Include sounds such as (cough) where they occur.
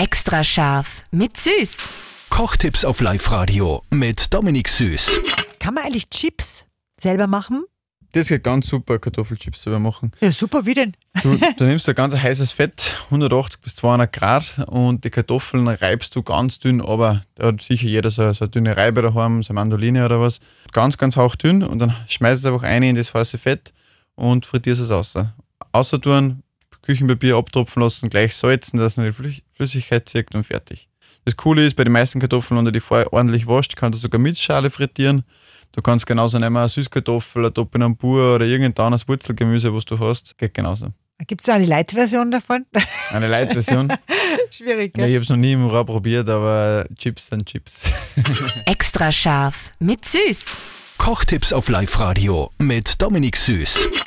Extra scharf mit Süß. Kochtipps auf Live-Radio mit Dominik Süß. Kann man eigentlich Chips selber machen? Das geht ganz super, Kartoffelchips selber machen. Ja, super, wie denn? Du, du nimmst ein ganz heißes Fett, 180 bis 200 Grad, und die Kartoffeln reibst du ganz dünn, aber da hat sicher jeder so, so eine dünne Reibe daheim, so eine Mandoline oder was. Ganz, ganz hauchdünn und dann schmeißt es einfach ein in das heiße Fett und frittierst es aus. Außer tun, Küchenpapier abtropfen lassen, gleich salzen, dass man die Flü- Flüssigkeit zieht und fertig. Das Coole ist, bei den meisten Kartoffeln, wenn du die vorher ordentlich waschst, kannst du sogar mit Schale frittieren. Du kannst genauso nehmen eine Süßkartoffel, eine Topinambur oder irgendein anderes Wurzelgemüse, was du hast. Geht genauso. Gibt es eine Light-Version davon? (laughs) Eine Light-Version. Schwierig, ja, gell? ich habe es noch nie im Raw probiert, aber Chips sind Chips. Extra scharf mit Süß. Kochtipps auf Live-Radio mit Dominik Süß.